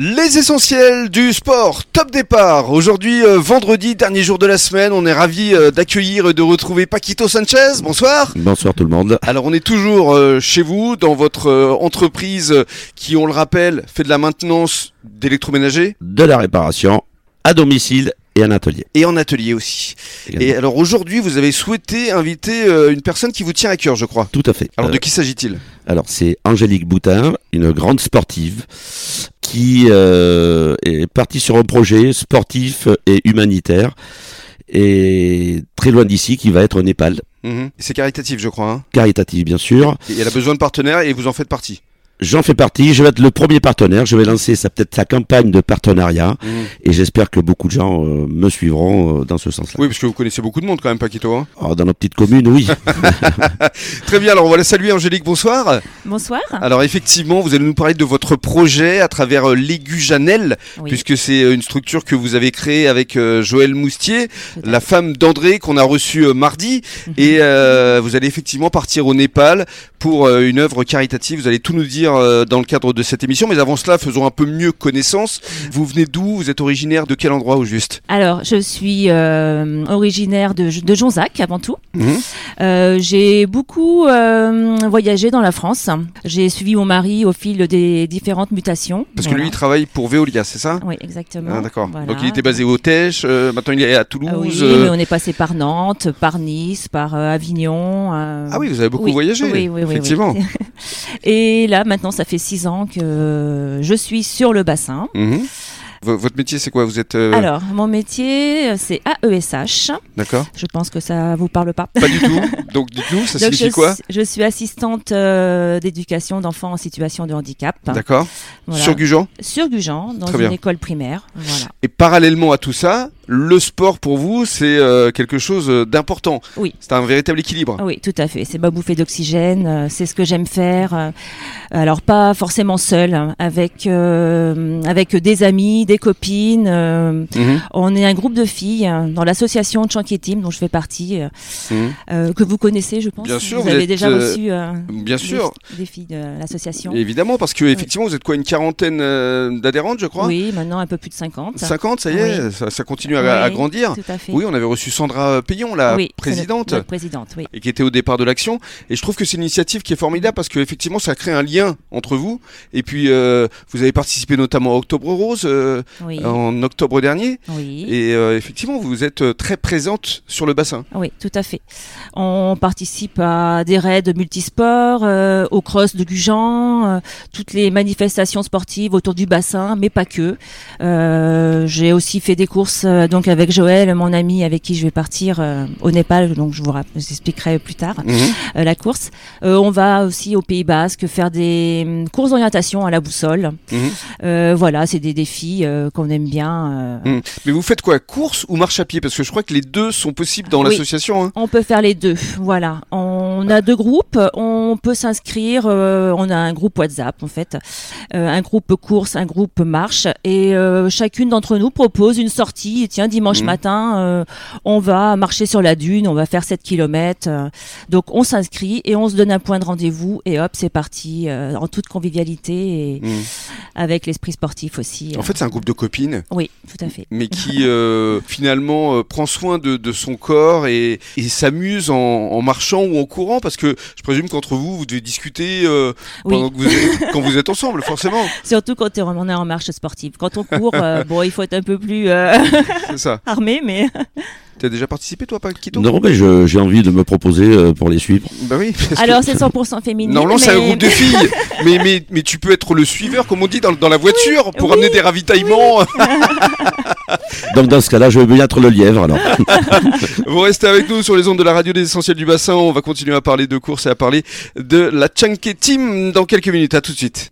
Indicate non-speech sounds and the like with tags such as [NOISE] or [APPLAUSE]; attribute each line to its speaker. Speaker 1: Les essentiels du sport, top départ. Aujourd'hui, euh, vendredi, dernier jour de la semaine, on est ravi d'accueillir et de retrouver Paquito Sanchez. Bonsoir.
Speaker 2: Bonsoir tout le monde.
Speaker 1: Alors, on est toujours euh, chez vous, dans votre euh, entreprise qui, on le rappelle, fait de la maintenance d'électroménager
Speaker 2: De la réparation à domicile et en atelier.
Speaker 1: et en atelier aussi. Et alors, aujourd'hui, vous avez souhaité inviter euh, une personne qui vous tient à cœur, je crois.
Speaker 2: Tout à fait.
Speaker 1: Alors,
Speaker 2: Euh,
Speaker 1: de qui s'agit-il
Speaker 2: alors, c'est Angélique Boutin, une grande sportive qui euh, est partie sur un projet sportif et humanitaire et très loin d'ici qui va être au Népal,
Speaker 1: Mhm. C'est caritatif, je crois. hein.
Speaker 2: caritative bien sûr.
Speaker 1: Et elle a besoin de partenaires et vous en faites partie.
Speaker 2: J'en fais partie, je vais être le premier partenaire, je vais lancer sa peut-être sa campagne de partenariat
Speaker 1: Mhm.
Speaker 2: et j'espère que beaucoup de gens euh, me suivront euh, dans ce sens-là.
Speaker 1: Oui, parce que vous connaissez beaucoup de monde quand même, Paquito. hein.
Speaker 2: Alors, dans nos petites
Speaker 1: [LAUGHS]
Speaker 2: communes, oui.
Speaker 1: Très bien, alors on va la saluer, Angélique, bonsoir.
Speaker 3: Bonsoir.
Speaker 1: Alors effectivement, vous allez nous parler de votre projet à travers euh, l'Aigu Janel,
Speaker 3: Oui,
Speaker 1: puisque c'est euh, une structure que vous avez créée avec euh, Joël Moustier,
Speaker 3: tout à
Speaker 1: la femme d'André qu'on a reçue euh, mardi.
Speaker 3: Mhm.
Speaker 1: Et euh, vous allez effectivement partir au Népal pour euh, une œuvre caritative. Vous allez tout nous dire euh, dans le cadre de cette émission. Mais avant cela, faisons un peu mieux connaissance.
Speaker 3: Mhm.
Speaker 1: Vous venez d'où Vous êtes originaire de quel endroit au juste
Speaker 3: Alors, je suis euh, originaire de, de Jonzac avant tout.
Speaker 1: Mhm.
Speaker 3: Euh, j'ai beaucoup euh, voyagé dans la France. J'ai suivi mon mari au fil des différentes mutations.
Speaker 1: Parce que
Speaker 3: Voilà.
Speaker 1: lui, il travaille pour Veolia, c'est ça
Speaker 3: Oui, exactement.
Speaker 1: Ah, D'accord.
Speaker 3: Voilà.
Speaker 1: Donc il était basé au Teche, euh, maintenant il est à Toulouse.
Speaker 3: Ah oui,
Speaker 1: euh,
Speaker 3: mais on est passé par Nantes, par Nice, par euh, Avignon. euh,
Speaker 1: Ah oui, vous avez beaucoup
Speaker 3: oui,
Speaker 1: voyagé.
Speaker 3: oui, oui, oui, oui.
Speaker 1: effectivement.
Speaker 3: Et là, maintenant, ça fait six ans que euh, je suis sur le bassin.
Speaker 1: Mhm. V- Votre métier, c'est quoi Vous êtes. euh,
Speaker 3: Alors, mon métier, euh, c'est AESH.
Speaker 1: D'accord
Speaker 3: Je pense que ça vous parle pas.
Speaker 1: Pas du
Speaker 3: [LAUGHS]
Speaker 1: tout. Donc, dites-nous, ça
Speaker 3: Donc,
Speaker 1: signifie
Speaker 3: je,
Speaker 1: quoi
Speaker 3: suis- je suis assistante euh, d'éducation d'enfants en situation de handicap.
Speaker 1: D'accord.
Speaker 3: Voilà.
Speaker 1: Sur Gujan.
Speaker 3: Sur Gujan, dans
Speaker 1: Très
Speaker 3: une
Speaker 1: bien.
Speaker 3: école primaire. Voilà.
Speaker 1: Et parallèlement à tout ça, le sport pour vous, c'est euh, quelque chose euh, d'important.
Speaker 3: Oui.
Speaker 1: C'est un véritable équilibre.
Speaker 3: Ah Oui, tout à fait. C'est ma bouffée d'oxygène, euh, c'est ce que j'aime faire. euh, Alors pas forcément seule, hein, avec euh, avec des amis, des copines. euh,
Speaker 1: Mhm,
Speaker 3: On est un groupe de filles euh, dans l'association Chanky Team dont je fais partie, euh,
Speaker 1: mhm.
Speaker 3: euh, que vous connaissez, je pense.
Speaker 1: Bien sûr,
Speaker 3: vous,
Speaker 1: vous
Speaker 3: avez
Speaker 1: êtes,
Speaker 3: déjà
Speaker 1: euh,
Speaker 3: reçu euh,
Speaker 1: Bien
Speaker 3: des-
Speaker 1: sûr.
Speaker 3: des, filles de l'association.
Speaker 1: Évidemment, parce que effectivement, vous êtes quoi Une quarantaine euh, d'adhérentes, je crois
Speaker 3: Oui, maintenant un peu plus de 50.
Speaker 1: 50, ça y est, ça, ça continue à,
Speaker 3: Oui.
Speaker 1: à grandir.
Speaker 3: Tout à fait.
Speaker 1: Oui, on avait reçu Sandra Payon, la
Speaker 3: Oui, c'est notre-
Speaker 1: présidente.
Speaker 3: notre présidente, oui.
Speaker 1: et qui était au départ de l'action. Et je trouve que c'est une initiative qui est formidable parce que effectivement ça crée un lien entre vous. Et puis euh, vous avez participé notamment à Octobre Rose euh,
Speaker 3: Oui,
Speaker 1: en octobre dernier.
Speaker 3: oui,
Speaker 1: Et euh, effectivement vous êtes euh, très présente sur le bassin.
Speaker 3: oui, tout à fait. On participe à des raids multisports, euh, au cross de Gujan, euh, toutes les manifestations sportives autour du bassin, mais pas que. Euh, J'ai aussi fait des courses euh, donc avec Joël, mon ami avec qui je vais partir euh, au Népal, donc je vous, rapp- je vous expliquerai plus tard
Speaker 1: Mhm.
Speaker 3: euh, la course. Euh, on va aussi au Pays Basque faire des hum, courses d'orientation à la boussole.
Speaker 1: Mhm.
Speaker 3: Euh, voilà, c'est des défis euh, qu'on aime bien. euh,
Speaker 1: Mhm. Mais vous faites quoi Course ou marche à pied Parce que je crois que les deux sont possibles dans
Speaker 3: Oui.
Speaker 1: l'association. hein.
Speaker 3: On peut faire les deux, voilà. On a deux groupes, on peut s'inscrire, euh, on a un groupe WhatsApp en fait, euh, un groupe course, un groupe marche, et euh, chacune d'entre nous propose une sortie. Tiens, dimanche
Speaker 1: Mhm.
Speaker 3: matin, euh, on va marcher sur la dune, on va faire 7 km. donc on s'inscrit et on se donne un point de rendez-vous, et hop, c'est parti, euh, en toute convivialité et
Speaker 1: Mhm.
Speaker 3: avec l'esprit sportif aussi.
Speaker 1: En fait c'est un groupe de copines.
Speaker 3: oui, tout à fait.
Speaker 1: Mais qui euh, finalement euh, prend soin de, de son corps et, et s'amuse en, en marchant ou en courant parce que je présume qu'entre vous vous devez discuter euh,
Speaker 3: Oui.
Speaker 1: pendant que vous êtes- quand vous êtes ensemble, forcément.
Speaker 3: Surtout quand on est en marche sportive. Quand on court,
Speaker 1: [LAUGHS]
Speaker 3: euh, bon, il faut être un peu plus euh, [LAUGHS]
Speaker 1: C'est ça.
Speaker 3: armé, mais...
Speaker 1: T'as déjà participé, toi, Paquito
Speaker 2: Non, mais je- j'ai envie de me proposer euh, pour les suivre.
Speaker 1: Bah oui. parce que-
Speaker 3: Alors c'est 100% féminine.
Speaker 1: Normalement, c'est un
Speaker 3: mais-
Speaker 1: groupe de filles. mais, mais, mais tu peux être le suiveur, comme on dit, dans, dans la voiture pour
Speaker 3: oui,
Speaker 1: amener des ravitaillements.
Speaker 2: Donc dans ce cas-là, je vais bien être le lièvre alors.
Speaker 1: Vous restez avec nous sur les ondes de la radio des Essentiels du Bassin. On va continuer à parler de course et à parler de la Chunky Team dans quelques minutes. À tout de suite.